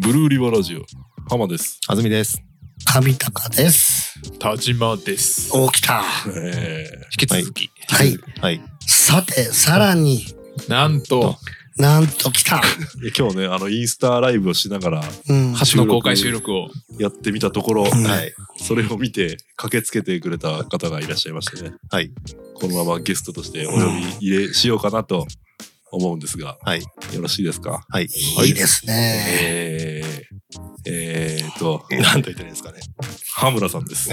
ブルーリバラジオ浜ですあずみです。神高です。田島です。お、来た。え引き続き、はい。はい。さて、さらに、なんと、なんと来た。ー今日ねあのインスタライブをしながらうん。初の公開収録を。やってみたところ、んはい。それを見て駆けつけてくれた方がいらっしゃいましてねはい。このままゲストとしてお呼び入れしようかなと思うんですがはい。よろしいですかはい。いいですね。えー、えー、となんと言ってるんですかね。羽村さん です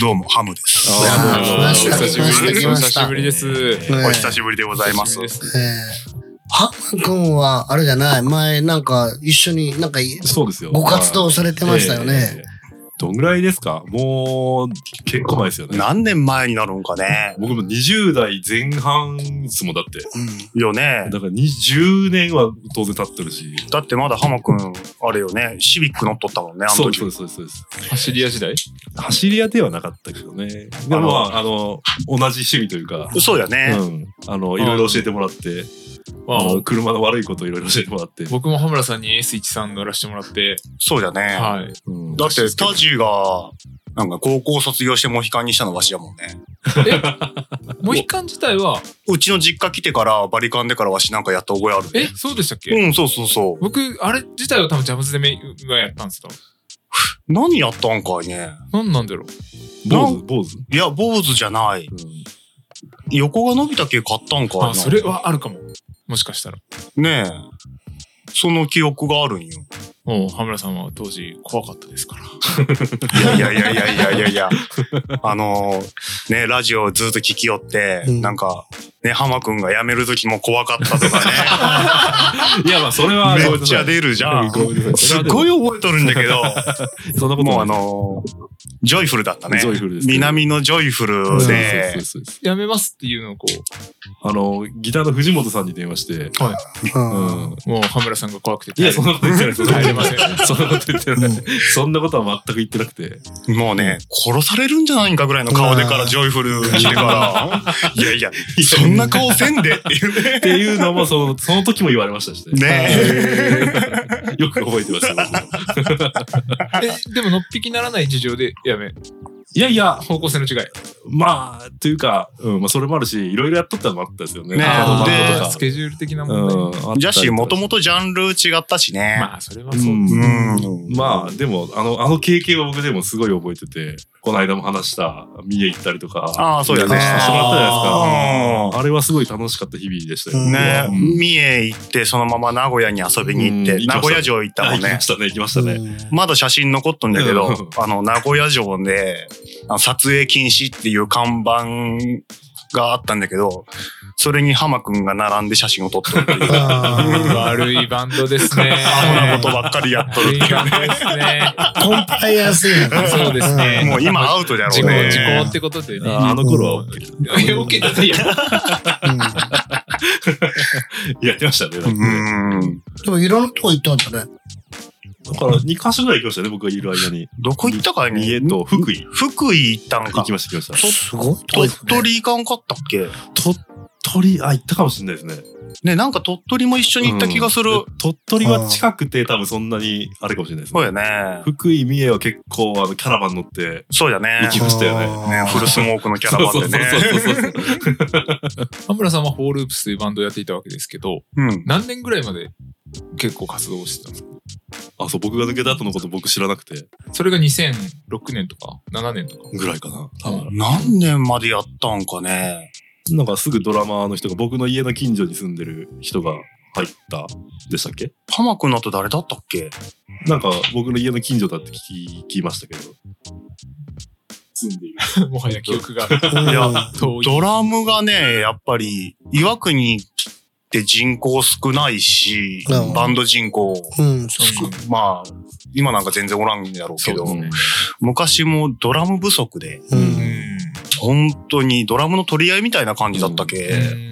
どうも、ハムです。いやあー来ましたお久しぶりです。来おま久したしぶねえりです。お久しぶりでございます。お久しぶりですえーハム君は、あれじゃない、前なんか一緒になんかいそうですよご活動されてましたよね。えーどんぐらいですかもう結構前ですよね何年前になるんかね。僕も20代前半ですもんだってうんよね。だから20年は当然経ってるしだってまだハマくん、あれよね、シビック乗っとったもんね、あそのうそう時。ですそうですそうです走り屋時代走り屋ではなかったけどねでもまああの同じ趣味というかそうやね。うんあのいろいろ教えてもらってまああ、の車の悪いことをいろいろ教えてもらって、僕も羽村さんに S1 さん乗らせてもらって、そうやね。はい。うんだって、タジが、なんか高校卒業してモヒカンにしたのわしやもんね。モヒカン自体は、うちの実家来てからバリカンでからわしなんかやった覚えあるえ、ね。そうでしたっけうん、そうそうそう。僕、あれ自体は多分ジャムズでめがやったんですよ。何やったんかいね。何なんだろう。坊主坊主、いや、坊主じゃない。うん横が伸びた系買ったんかいな。あ、それはあるかも。もしかしたら。ねえ。その記憶があるんよ。もう羽村さんは当時怖かったですから。いやいやいやいやいや いや。あのーね、ラジオをずっと聞きよって、うんなんか、ね、浜くんが辞める時も怖かったとかいやま あそれはね、めっちゃ出るじゃん。ごめんなさいすっごい覚えとるんだけど、そんなこともうなあいのージョイフルだったね。ジョイフルですね南のジョイフそうルそうでそう、そうやめますっていうのをこう、あのギターの藤本さんに電話して、ううんんもう羽村さんが怖くてい耐えやれそんなこと言って ないそんなこ耐と言えれません。ってないそんなことは全く言ってなくてもうね、殺されるんじゃないんかぐらいの顔でからジョイフル来てから、いやいや、そんな顔せんでっていうねっ。ていうのもそのその時も言われましたし ねねよく覚えてますよ僕え、でも、のっぴきならない事情でやめ。いやいや方向性の違い。まあというか、うんまあ、それもあるしいろいろやっとったのもあったですよねね他のバンドとでかスケジュール的な問題、うんあったりとかえ。ジャシーもともとジャンル違ったしね。まあそれはうそう、んうんまあでもあのあの経験は僕でもすごい覚えててこの間も話した三重行ったりとかああそうだねしてもらったじゃないですあかあれはすごい楽しかった日々でしたよね、うん三重行ってそのまま名古屋に遊びに行っうんて、行きました名古屋城行ったあも行んきねま。したね行きましたね、まだ写真残っとんだけど、うん あの、名古屋城で、あの撮影禁止っていう看板があったんだけど、それに浜くんが並んで写真を撮っとるっていう。あ 悪いバンドですねアホなことばっかりやっと悪いるっていうバンドですねーコンプライアンスやなそうですねもう今アウトだろ時う効ね。時効ってことでねああの頃は OK え OK だっていやうんうんやってましたねだってうん。でもいろんなとこ行ったんだね。だから2カ所ぐらい行きましたね僕がいる間にどこ行ったか三重に、と福井福井行ったん行かき。ました行きましすごい遠い鳥ね。取行かんかったっけた鳥取あ行ったかもしれないですねね、なんか鳥取も一緒に行った気がする。うん鳥取は近くて多分そんなにあれかもしれないですそうねやね。福井三重は結構あのキャラバン乗ってそうやね行。きましたよねね、フルスモークのキャラバンでね。 そうそうそうそうそう羽村さんはフォーループスというバンドをやっていたわけですけどうん。何年ぐらいまで結構活動をしてたんですかあそう僕が抜けた後のこと僕知らなくてそれが2006年とか7年とかぐらいかな多分何年までやったんかね。なんかすぐドラマーの人が僕の家の近所に住んでる人が入ったでしたっけパマ君だと誰だったっけなんか僕の家の近所だって聞き聞きましたけど住んでいるもはや記憶がいや遠いドラムがね、やっぱり、岩国って人口少ないしうん、バンド人口、うん、そう少まあ、今なんか全然おらんやろうけど、そうですね昔もドラム不足で、う。うんん本当にドラムの取り合いみたいな感じだったけ、うん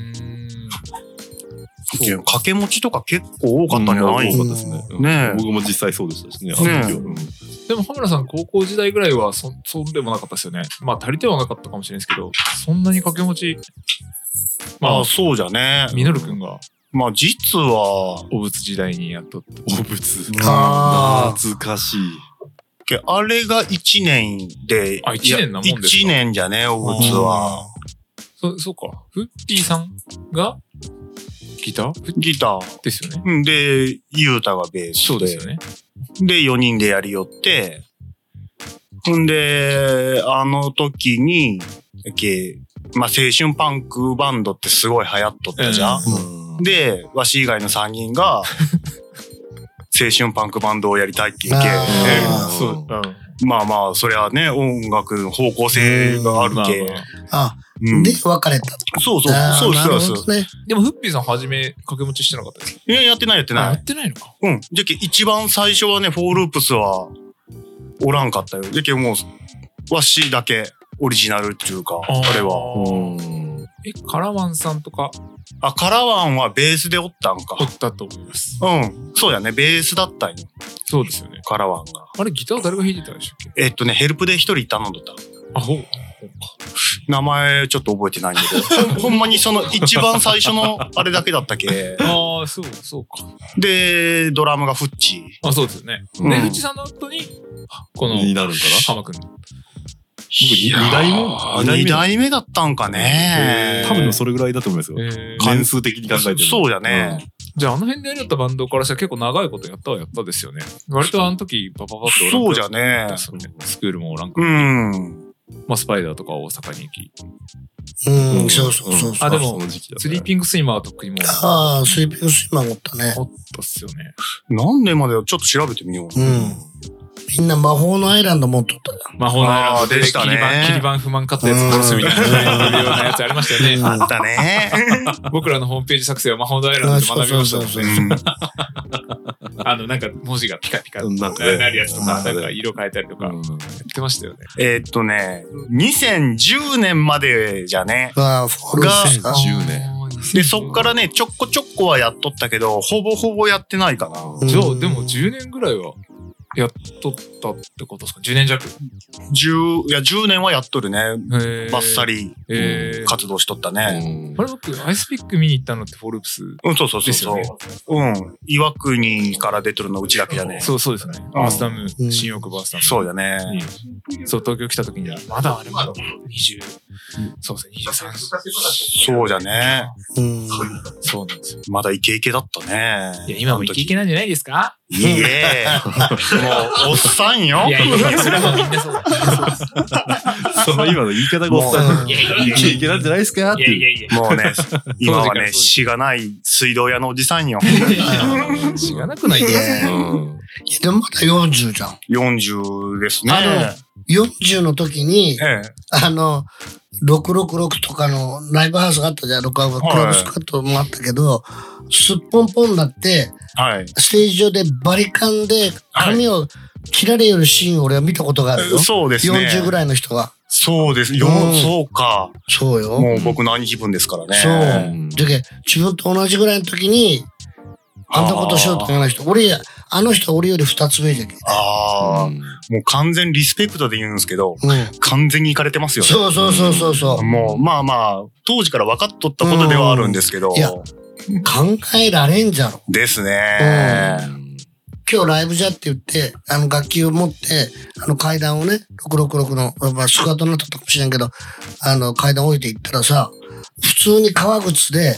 いや掛け持ちとか結構多かったんじゃない、うん多かったですね、うんねえ僕も実際そうでしたしねあの時は、ねえうんでも、羽村さん、高校時代ぐらいはそ、そうでもなかったですよね。まあ、足りてはなかったかもしれないですけど、そんなに掛け持ち、まあああ、、そうじゃね。みのるくんが、まあ、実は、お仏時代にやっとった。お仏。あー懐かしい。けあれが1年で。あ一年なもんですか1年じゃね、お仏は。そ、そうか。フッピーさんが、ギターギタですよね。ー。で、ゆうたがベースで。そうですよね。で、4人でやりよって、ほんで、あの時に、だっけまあ、青春パンクバンドってすごい流行っとったじゃん。うんで、わし以外の3人 が、青春パンクバンドをやりたいって言って、あーそう、うん。まあまあ、そりゃね、音楽の方向性があるまあまあけ。あ、うんで、別れた。そうそう、あーそうですなそうでるほす。どね。でも、フッピーさん、初め、掛け持ちしてなかったですかいや、やってない、やってあなやい。ってないのか。うん。じゃけ、一番最初はね、フォーループスは、おらんかったよ。じゃけ、もう、わしだけ、オリジナルっていうか、あれは。は。うんえ、カラマンさんとか、あ、カラワンはベースでおったんかお。ったと思います。うん。そうやね、ベースだったんよ、そうですよね。カラワンが。あれ、ギター誰が弾いてたんでしたっけえっとね、ヘルプで一人頼んどった。あ、ほう。名前ちょっと覚えてないんだけど、ほんほんまにその一番最初のあれだけだったけ。ああ、そう、そうか。で、ドラムがフッチあ、そうですよね。うん出口さんの後に、この、になるんかな浜くん。に二代目あ二代目二代目だったんかね。多分それぐらいだと思いますよ。えー年数的に考えてもそうだね。じゃあ、あの辺でやりよったバンドからしたら結構長いことやったはやったですよね。割とあの時、パパパッとそうじゃゃね。スクールもおらんく、うん。まあ、スパイダーとかは大阪に行き、うんうん、そうそうそうそう。あでもその時期だねスリーピングスイマーとかにもああ、スリーピングスイマーおったね。おったっすよね。何年までよちょっと調べてみよう。うん。みんな魔法のアイランド持っとったよ。魔法のアイランドあーででキしたねリバン、キリバン不満買ったやつ殺すみたいなね、いうようなやつありましたよね。うんあったね。僕らのホームページ作成は魔法のアイランドで学びましたもんそね。あの、なんか文字がピカピカうんなんかねなるやつとか、なうんんか色変えたりとか、やってましたよね。えーっとね、2010年までじゃね。ああ、フォールですかが10年で、そっからね、ちょこちょこはやっとったけど、ほぼほぼやってないかな。うんじゃあ、でも10年ぐらいはやっとったってことですか ?10 年弱。 10、いや、10年はやっとるね。ババッサ。リえー活動しとったね。うんあれ僕、アイスピック見に行ったのってフォルプスうん、そうそうそでうすそよう、ね。うん。岩国から出てるのうちだけだね。そうそうですね。うんバースダム、新大久保バースダム。そうだね。うんそう、東京来た時には、まだあれまだ20、そうですね、23そうじゃね。うん。そうなんですよ。まだイケイケだったね。いや、今もイケイケなんじゃないですかいいえ。もう、おっさんよ。いやいやいや、それはみんなそうだ。 その今の言い方がおっさんもういけいけなんじゃないですかっていやいいう。やいや。も うね、今は当時からそうでね、す死がない水道屋のおじさ んよ。知らなくないいですや、うんいやでもまだ40じゃん。 40ですね。あ40の時に、ええ。あの、666とかのライブハウスがあったじゃん、666クラブスカットもあったけど、すっぽんぽんだって、はい。ステージ上でバリカンで髪を切られよるシーンを俺は見たことがあるよ。そうですね。 40ぐらいの人が。そうです。ようんそうか。そうよ。もう僕の兄貴分ですからね。そううんじゃけ自分と同じぐらいの時に、あんなことしようとかない人。俺、あの人は俺より二つ上じゃけ。ああ、もう完全リスペクトで言うんですけど、うん。完全にいかれてますよね。そうそうそうそうそう。もう、まあまあ、当時から分かっとったことではあるんですけんどいや、考えられんじゃろ。ですね。今日ライブじゃって言って、あの楽器を持って、あの階段をね、666の、まあ、スクワットになったかもしれんけど、あの階段降りていったらさ、普通に革靴で、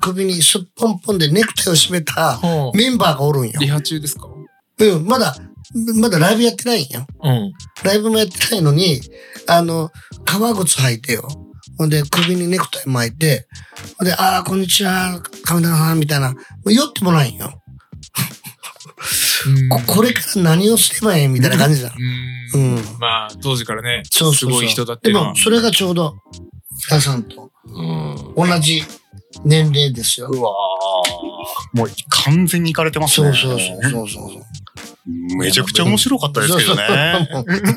首にすっぽんぽんでネクタイを締めたはあメンバーがおるんよ。リハ中ですかうん、まだ、まだライブやってないんよ。うん。ライブもやってないのに、あの、革靴履いてよ。ほんで、首にネクタイ巻いて、ほんで、ああ、こんにちは、亀田さん、みたいな。もう酔ってもないんよ。ここれから何をすればいいみたいな感じだ。う。うんん。まあ、当時からね、すそうそうそうごい人だっでていうのはも、それがちょうど、皆さんとうん同じ年齢ですよ。うわーもう完全にいかれてますそね。うそうそうそうそうそう。めちゃくちゃ面白かったですけどね。そうそう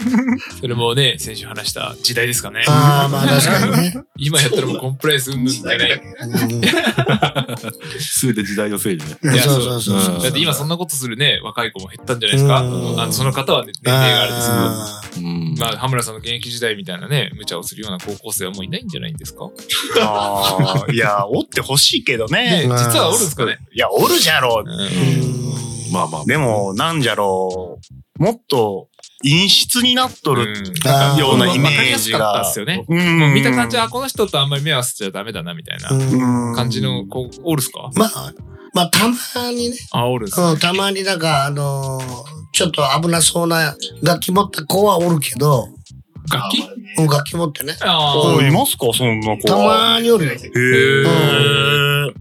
それもね、先週話した時代ですかね。ああ、まあ確かにね。今やったらもうコンプライアンスうんぬんじゃない。すべて時代のせいでね。うんいやそうそうそうそう。だって今そんなことするね、若い子も減ったんじゃないですか。あうんのその方はね、年齢があれですけど。あーうん。まあ、羽村さんの現役時代みたいなね、無茶をするような高校生はもういないんじゃないんですかあーいや、おってほしいけどねね。実はおるんですかね。いや、おるじゃろう。うんまあまあ。でも、なんじゃろう。もっと陰湿になっとる。あーようなイメージがわかりやすかったっすよね。うん見た感じ、あ、この人とあんまり目合わせちゃダメだな、みたいなうん感じの子、おるっすかまあ、まあたまにね、あ、おるっす。うん、たまになんかあのーちょっと危なそうな楽器持った子はおるけど、楽器うん楽器持ってね。あおいますかそんな子たは。まにおるよ。へー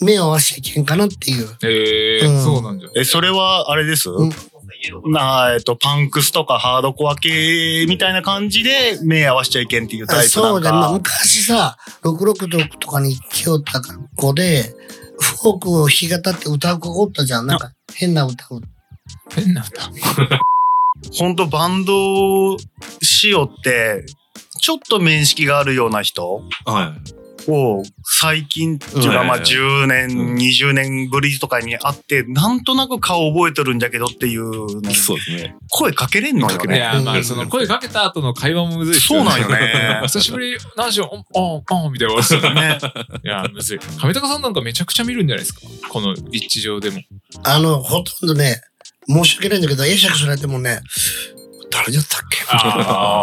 目を合わせちゃいけんかなっていう。あ。へえうんそうなんじゃ。え、それは、あれです、うんなあ、えっと、パンクスとかハードコア系みたいな感じで目合わしちゃいけんっていうタイプなそんうだ、まあ、か。昔さ、666とかに行きよった子で、フォークを弾き語って歌う子がおったじゃん。なんか変な歌を。変な歌。ほんとバンドしよって、ちょっと面識があるような人はを最近っていううかんまあ10年、うん20年ぶりとかに会って、なんとなく顔覚えてるんだけどっていうのい。にそうですね。声かけれんのよいね。や、まあ、その声かけた後の会話もむずいっすそうなんよ。ね。久しぶり、何しよう、おん、おん、おん、みたいなことっすよね。ねいや、むずい。亀高さんなんかめちゃくちゃ見るんじゃないですかこの立地上でも。あの、ほとんどね、申し訳ないんだけど、会釈されてもね、誰だったっけあ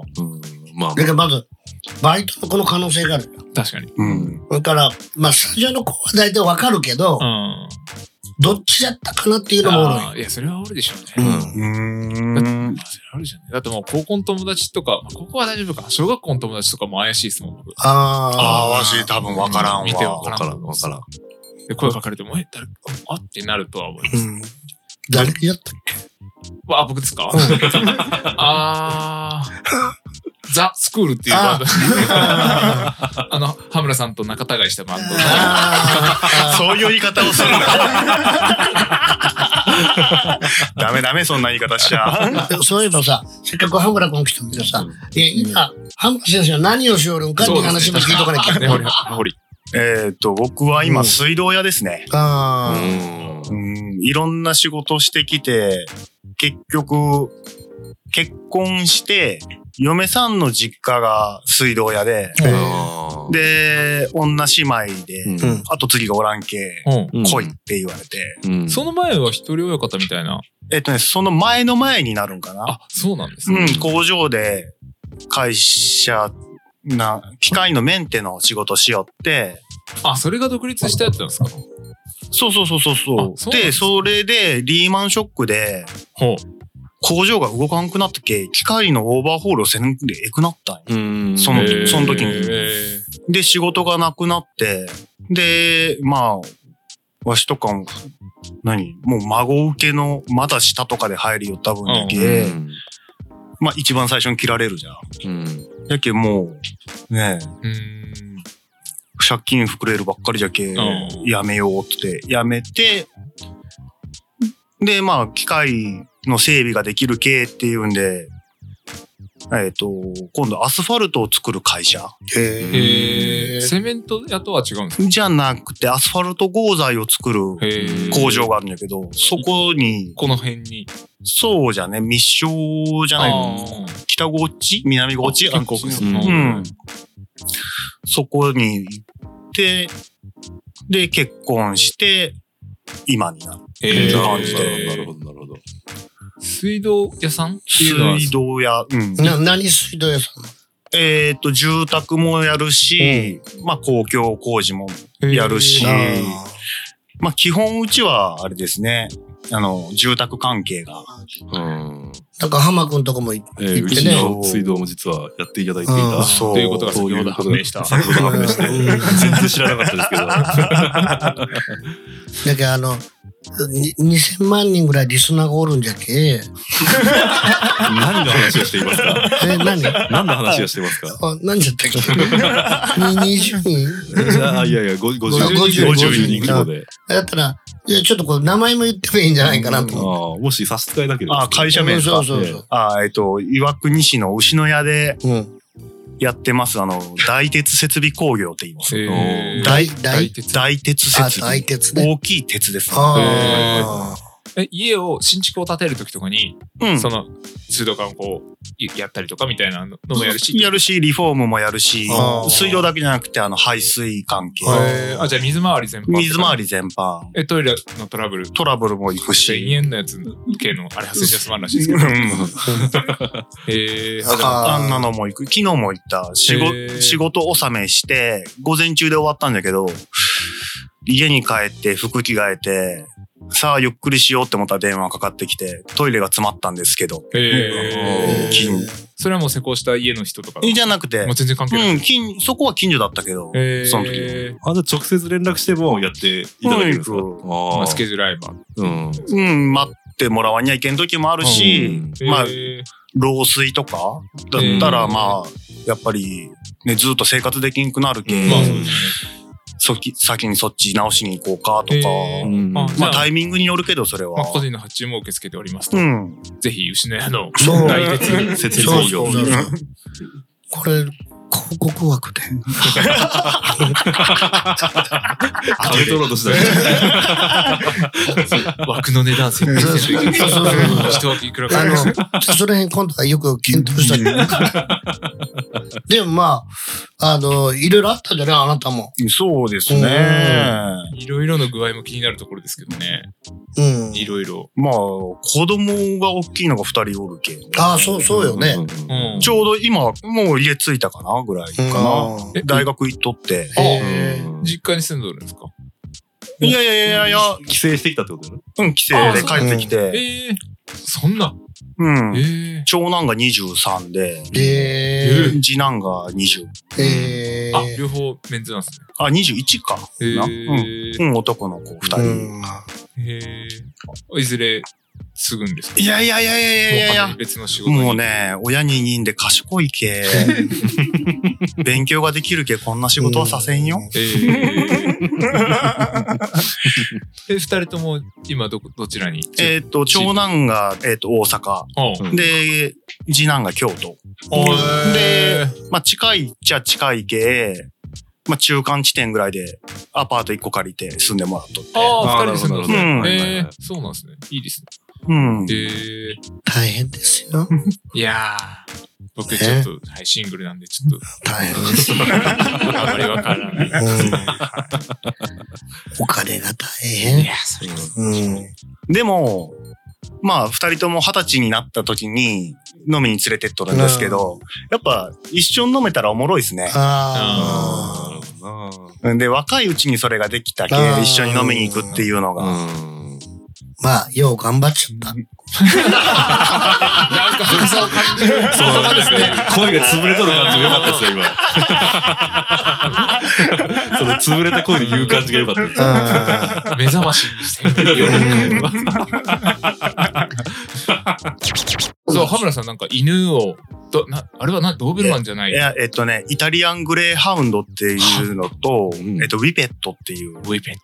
うん。まあだからまず、バイトの子の可能性がある。あ、確かに。ーうん。それから、まあ、スタジオの子は大体わかるけど、うん。どっちだったかなっていうのもおるんよあーいや、それはおるでしょううね。ん。うーん。まあそれはあるじゃんね。だってもう高校の友達とか、まあ高校は大丈夫か。小学校の友達とかも怪しいですもん、僕。あああ、わしー多分わからんわ。見てわわからん、わからん。で、声かかれても、え、誰あってなるとは思いまうす。ん。誰だったっけわあ、僕ですか あー。ザ・スクールっていうバンド。あ あの、羽村さんと仲違いしたバンドの。 あ そういう言い方をす るんだ。ダメダメ、そんな言い方しちゃ。ーそういえばさ、せっかく羽村君来たんだけどさ、いや今、羽村先生は何をしよるんかっていう話も聞いとかなきゃいけね、なほい。りは、ほり。えっと、僕はう今、ん水道屋ですね。うあーん。うん、いろんな仕事してきて、結局、結婚して、嫁さんの実家が水道屋で、えーあー、で、女姉妹で、うんうんあと次がおらんけ、う来いって言われて、うん。ん。その前は一人親方みたいな。えっとね、その前の前になるんかな。あ、そうなんですね。うん、工場で会社な、機械のメンテの仕事しよって、あ、それが独立したやつなんですかそうそうそうそうあそう。そうなんで、ですそれでリーマンショックでほう。工場が動かんくなってけ、機械のオーバーホールをせんでえくなったんようん。そのえーその時にえで、仕事がなくなって、で、まあ、わしとかも、何もう孫受けの、まだ下とかで入りよった分だけ、うんまあ一番最初に切られるじゃうん。ん。やけもう、ねえ、ーうーん。借金膨れるばっかりじゃけ、んやめようって、やめて、で、まあ、機械の整備ができる系っていうんで、えっ、と、今度アスファルトを作る会社へえー、ーセメント屋とは違うんですかじゃなくて、アスファルト合材を作るへー工場があるんだけど、そこに、この辺に。そうじゃね、密集じゃないの。あ北ごっち南ごっちー韓国あうんうん。そこに行って、で、結婚して、今になる。ええー、ー、感なじるほど、なるほど。水道屋さんっていうのは水道屋、うん。な何水道屋さんえっ、と、住宅もやるし、まあ、公共工事も。やるしえあーーまあ、基本うちは、あれですね、あの、住宅関係が。うん。なんか浜君とこも行っえー、行うってちね。の水道も実はやっていただいていあーた。そうということが先ほど判明した。先ほど判明して。全然知らなかったですけど。だけどあの、に2000万人ぐらいリスナーがおるんじゃけ。何の話をしていますか え、何何の話をしていますかあ何じゃったっけに ?20 人じゃあ、いやいや、ご50 50 50人規模で。だったら、いや、ちょっとこれ名前も言ってもいいんじゃないかなとあ思っあ、もし差し支えなければ。あ会て。社名ですかそうそうそう。あーえっと、岩国市の牛の屋でうん。やってます、あの、大鉄設備工業って言います。えー大、大、大鉄。大鉄あ、設備大。鉄ね。大きい鉄ですね。あえ、家を、新築を建てるときとかに、うん。その、水道管をこう、いやったりとかみたいなのもやるし。やるし、リフォームもやるしあー、水道だけじゃなくて、あの、排水関係、はいえーあ、じゃあ水回り全般。水回り。り全般、え、トイレのトラブル。トラブルも行く1000し。円のやつ系の、あれ、8000円のやつもあるらしいですけうど。んえー、あ。ああんなあのも行く。昨日も行った。仕へー事、仕事納めして、午前中で終わったんだけど、家に帰って服着替えて、さあゆっくりしようって思ったら電話かかってきて、トイレが詰まったんですけど。えー、金それはもう施工した家の人とかが。じゃなくてもう、全然関係なうい。ん、近、そこは近所だったけど、えー、その時。あじゃあ直接連絡してもやっていただけるんですか、うんあまああ、スケジュール合えば。うん。うん、待ってもらわにゃいけん時もあるし、うんまあえー漏水とかだったら、まあ、やっぱり、ね、ずっと生活できんくなるけ、、うんんまあ、そうですそき先にそっち直しに行こうかとよか、ね。うえーんまあ、まあじゃタイミングによるけど、それは。まあ、個人の発注も受け付けておりますと、うん。ぜひ、牛の屋のそう大鉄に設置工業そうそうそうこれ、広告枠で。食べ取ろうとしたら。枠の値段設定そうすそうる。そうそう 一枠いくらかあかりのます、その辺今度はよく検討したけど。 でもまあ、あの、いろいろあったんじゃないあなたも。そうですうんね。いろいろの具合も気になるところですけどね。うん。いろいろ。まあ、子供が大きいのが二人おるけ。ああ、そう、そうよね。んうん。ちょうど今、もう家着いたかなぐらいかうんな。え大学行っとって。へーうん実家に住んでおるんですかいやいやいやいや、帰省してきたってことだよね。うん、帰省で帰ってきて。ええそんな。うんえ。え長男が23で、えー次男が20。えーあ、両方メンズなんですね。あ、21か。ええなうんうん、男の子う二人。んええいずれ継ぐんですかいやいやいやいやいやもう完全いやに別の仕事にもう。ね、親に任で賢いけ。勉強ができるけ、こんな仕事はさせんよ。。えええ、二人とも今どこ、どちらにえっと、長男が、えっと、大阪。ああうんで、次男が京都。で、まあ、近いっちゃ近いけ、まあ、中間地点ぐらいで、アパート一個借りて住んでもらっとって。ああ、あー二人で住んだんですなねるほなどるほどえはいはいはえそうなんですね。いいですね。うん。ええ大変ですよ。いやー、僕ちょっと、はい、シングルなんで、ちょっ大変ですよ。と、あまりわからない。うんお金が大変。うん。でも、まあ、二人とも二十歳になった時に、飲みに連れてっとるんですけど、やっぱ、一緒に飲めたらおもろいですね。ああ、あなるほで、若いうちにそれができたけあー、一緒に飲みに行くっていうのどが。な。うん。あ。まあ、よう頑張っちゃった。なんか、そう感じる。そうですね。声が潰れとる感じが良かったですよ、今。その潰れた声で言う感じが良かったです。あ目覚ましにし てるよ。そう、羽村さんなんか犬を、どなあれはなドーベルマンじゃないい。や、えっとね、イタリアングレーハウンドっていうのと、うんえっと、ウィペットっていう、ウィペッ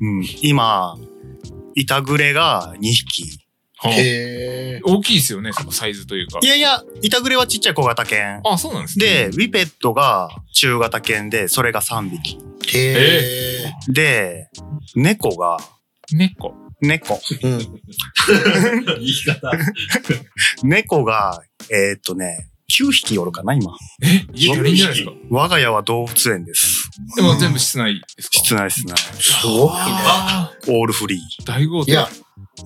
うん今、イタグレが2匹。ト。ーへえ。大きいですよね、そのサイズというかい。やいや、イタグレはちっちゃい小型犬。あ、そうなんですね。で、ウィペットが中型犬で、それが3匹。へえ。で、猫が、猫。猫。うん。言い方。猫が、えーっとね、9匹おるかな、今。え、家足りんじゃないですか。我が家は動物園です。でも全部室内ですか。室内室内。すごいね。あオールフリー。あ、大豪い邸。や、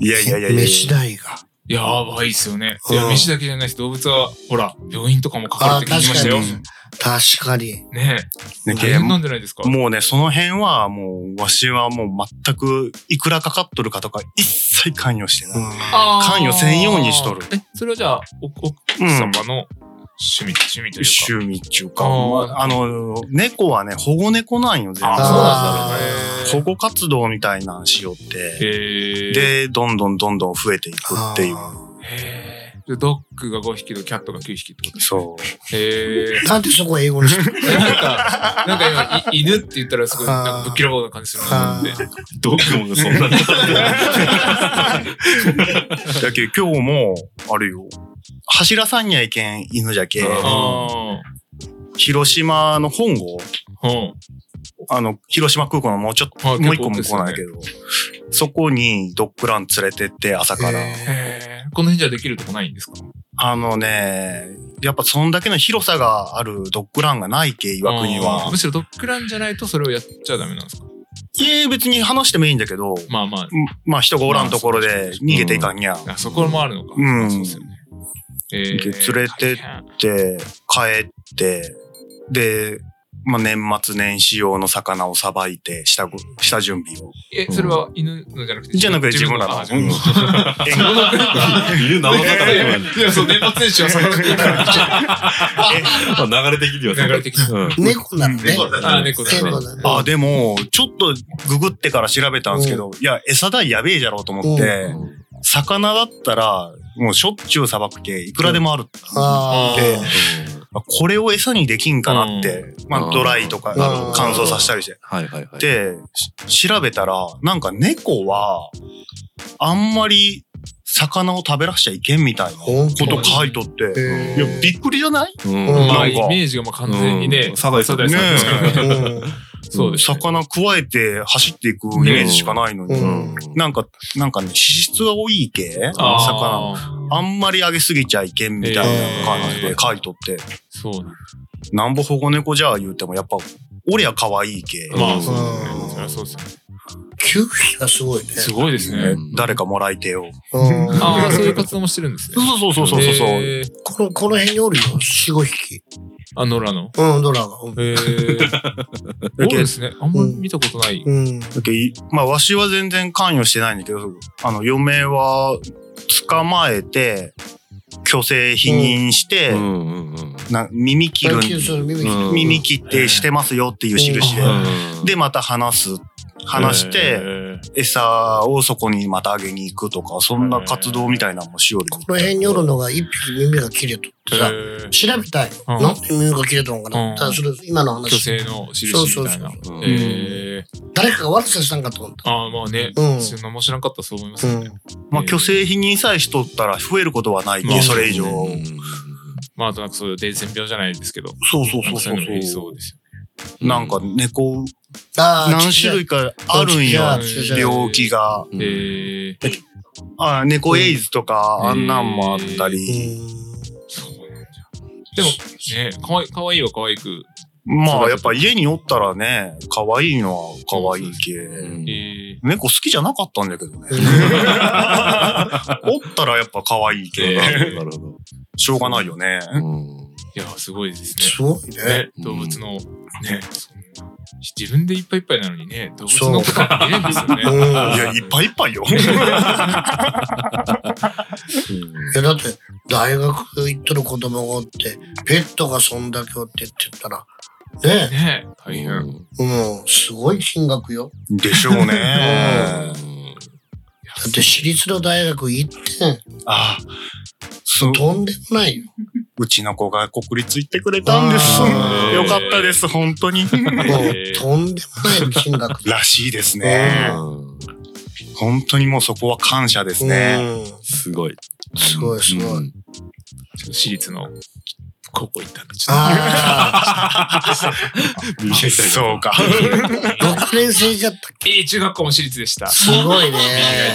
いやいやいやいや。飯代が。やばいっすよね。いうんや、飯だけじゃないです。動物は、ほら、病院とかもかかるって聞きましたよあ。確かに。ねえ。ね大変なんじゃないですか。もうね、その辺はもう、わしはもう全く、いくらかかっとるかとか、一切関与してうない。んあー関与せんようにしとるえ、それはじゃあ、お奥様の趣味、趣味というか。趣味っていうか、あまーあ、あの、猫はね、保護猫なんよ、全あ然。あ、ーそう保なんだろうね。護活動みたいなんしよって、へえ。で、どんどんどんどん増えていくっていう。あへえ。で、ドッグが5匹とキャットが9匹ってことそう。へえ。なんでそこ英語にしたのなんか、なんか今、い犬って言ったらすごい、なんかぶっきらぼうな感じするなと思って。ドッグもそんなに。だけど今日も、あるよ。柱さんにゃいけん犬じゃけ。あ広島の本郷、あ。うん。あの、広島空港のもうちょっと、はいもう一個向結こう構なんでやすけよど、そこにドッグラン連れてって朝から、えへえ。この辺じゃできるとこないんですかあのね、やっぱそんだけの広さがあるドッグランがないけ、岩国あーはむ。しろドッグランじゃないとそれをやっちゃダメなんですかいえ、別に話してもいいんだけど、まあまあまあ人がおらんところで逃げていかんにゃっあ、そこもあるのか。うんそうですよね。えー、連れて大変て帰って、で、まあ年末年始用の魚をさばいて、下ご、下準備を。え、それは犬のじゃなくてじゃなくて自分らの。あ自分のあ 援護の犬なおさらい今やいや、そう、年末年始はその時まあ流れ的には流れ的にうん猫なのね。猫だねあ、猫だ。猫だね。あ、でも、ちょっとググってから調べたんですけど、いや、餌代やべえじゃろうと思って、魚だったら、もうしょっちゅうさばくけ、いくらでもあるって、ああーこれを餌にできんかなって、まうんあドライとか、うんあの乾燥させたりして。はいはいはい。で、し調べたら、なんか猫は、あんまり魚を食べらしちゃいけんみたいなあ。こ本と当書いとって、えいやー、びっくりじゃないうん、うんまあ、なんかイメージがもう完全にねう、んサザエさんですねからね。うんそうですね。魚くわえて走っていくイメージしかないのに、うんなんか、なんかね、脂質が多い系魚。あーあんまり上げすぎちゃいけんみたいな感じで書いとって、そうなんだなんぼ保護猫じゃあ言うても、やっぱ、おりゃ可愛いけ、んまあ、そうですね。そりゃそうですよね。 9匹はすごいね。すごいですね。うん誰かもらいてよ。うんああ、そういう活動もしてるんですね。そうそうそうそうそうそう。えーこの、この辺におるよ。4、5匹。あ、ノラの。うん、ドラが。うんえ ー、そうですね。あんまり見たことない。うん。だけどいまあ、わしは全然関与してないんだけど、あの、嫁は捕まえて、虚勢否認して、うんうんうんな耳切る、急する耳切うん耳切ってしてますよっていう印で、うんで、また話す。話しえて、ー餌をそこにまたあげに行くとか、そんな活動みたいなのもしおり。この辺におるのが1匹耳が切れとってさ、えー調べたいよ。うんなんで耳が切れたのかな。うんただそれ、今の女話。性の印みたいなそう。うんえー、誰かが悪さしたんかと思った。ああ、まあね。うんそんなも知らんかったらそう思いますうね。ん。まあ、虚勢否認さえしとったら増えることはないまけ、あそれ以上。うんまあ、あとなんかそういう伝染病じゃないですけど。そうそうなんそうかそそうういうのもいそ。そううですよね。なんか猫、ああ、何種類かあるんあや、注射病気が。うんえー、あ猫エイズとか、うんあんなんもあったうり。ん。そうなんじゃ。でも、ね、かわいかわいいはかわいく。まあ、やっぱ家におったらね、可愛いのは可愛いけ。んえー、猫好きじゃなかったんだけ どね。おったらやっぱ可愛いけ。なるほどなるほどしょうがないよね。うんいや、すごいですね。すごいね。ね、動物の、ね、そんな自分でいっぱいいっぱいなのにね、動物そうのことは見れんですよね。うん。いいや、や、いっぱいいっぱいよ。だって、大学行ってる子供がおって、ペットがそんだけおってって言ったら、ねね大うん変。え、うん、すごい金額よ。でしょうね。だって私立の大学行って、あそうとんでもないよ。うちの子が国立行ってくれたんです。あーよかったです、本当に。もう、とんでもない金額らしいです ね。うん本当にもうそこは感謝ですね。ね。すごい。うん、すごいすごい。うんちょっと私立の高校行ったんで、ちょっあそうか。あ、6年生じゃったっと。えー、中学校も私立でした。け。すごいね。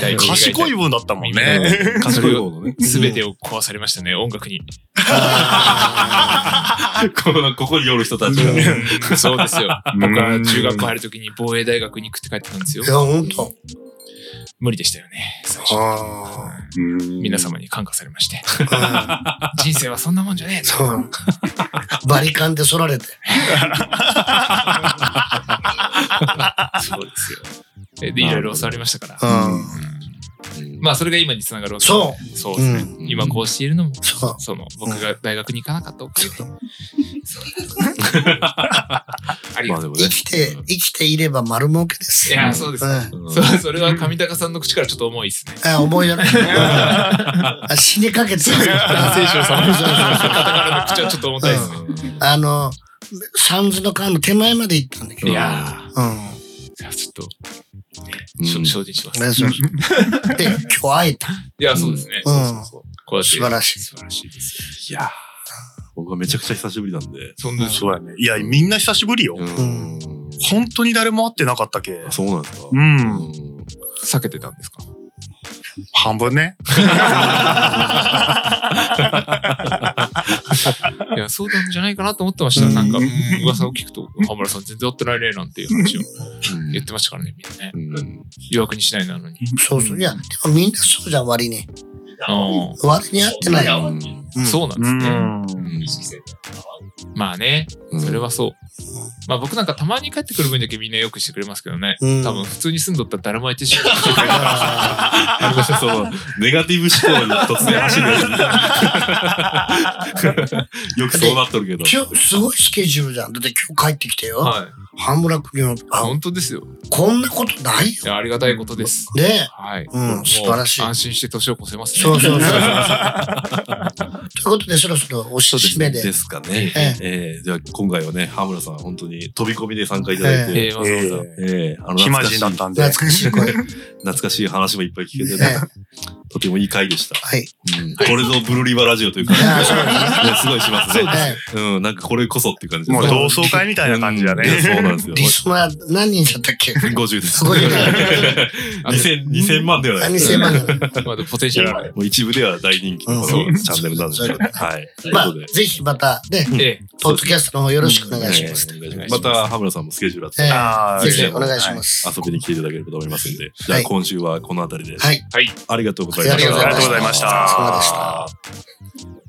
大体賢い分だったもんね。賢い方のね。すべてを壊されましたね、音楽に。あこのここにおる人たちがね。うんそうですよ。 僕は中学校入るときに防衛大学に行くって帰ってたんですーよい。や、ほんと。無理でしたよね、最初。あ皆様に感化されまして。 人生はそんなもんじゃねあ、 そう。バリカンで剃られて。え。そうですよ。で、いろいろ教わりましたかうら。ん。うんまあそれが今につながるわけだそねそうですね、うん今こうしているのもう。そう。その僕が大学に行かなかったおかげと、そうありまがあとでもね生きて、生きていれば丸儲けでうす。いやそうです、うんうんそうそれは上高さんの口からちょっと重 いですねあ、思い出ない。 あ死にかけてる。聖書様の方からの口はちょっと重たいですね、あの、サンズの川の手前まで行ったんだけど。いやうん。ーじゃあちょっと、うんしょ精進します、ね、そうそう で、今日会えた。いやそうですね、うんそうそうそうこうやって素晴らしい素晴らしいですよいやー僕はめちゃくちゃ久しぶりなんで。そんなそうやね。いや、みんな久しぶりよ。うん。本当に誰も会ってなかったけ。あそうなんですか。う。うんん避けてたんですか半分ね。いや、そうなんじゃないかなと思ってました。なんか、ううんん噂を聞くと、浜村さん全然会ってないね、なんていう話を言ってましたからね、みんなうね。ん予約にしないなのに。そうそう。いや、でもみんなそうじゃん、割に。あ割に会ってないよ。あ、そうなんですね。うんまあね、うんそれはそう。まあ僕なんかたまに帰ってくる分だけみんなよくしてくれますけどね。うん多分普通に住んどったら誰も相手しない。あなんかその、ネガティブ思考に突然走るやつ。よくそうなっとるけどー。今日、すごいスケジュールじゃん。だって今日帰ってきてよ。はい。半村君の、あ、本当ですよ。こんなことないよ。いや、ありがたいことです。ねはい。うんも素晴らしい安心して年を越せますね。そうそうそうそう。ということで、そろそろおそう締めで。ですかね。ええー、じゃあ今回はね、ハムラさん本当に飛び込みで参加いただい えて、ーわざわざええ。えー、あの暇懐かしい人だったんで。懐かしい声。は懐かしい話もいっぱい聞けてえね、とてもいい回でした。い。うんこれぞブルリバラジオという感じいやそうだねすごいし ますね。ねうん、なんかこれこそっていう感じですもう同窓会みたいな感じ だね。うんいやそうなんですよ。リスナー何人だったっけ50です。 50あ2000、2000万ではない。何千万人。まだポテンシャルある。もう一部では大人気のこのうんチャンネルなんですけど。はい。というこまあとで、ぜひまた、ね、ええポッドキャストの方よろしくお願いしえます。ーお願いしお願まいしますすまた、羽村さんもスケジュールあったえらああぜひお願いしまはす。遊びに来ていただけるかと思いますんで。じゃはあい今週はこのあたりで。はい。ありがとうございましいた。ありがとうございました。お疲れ様でした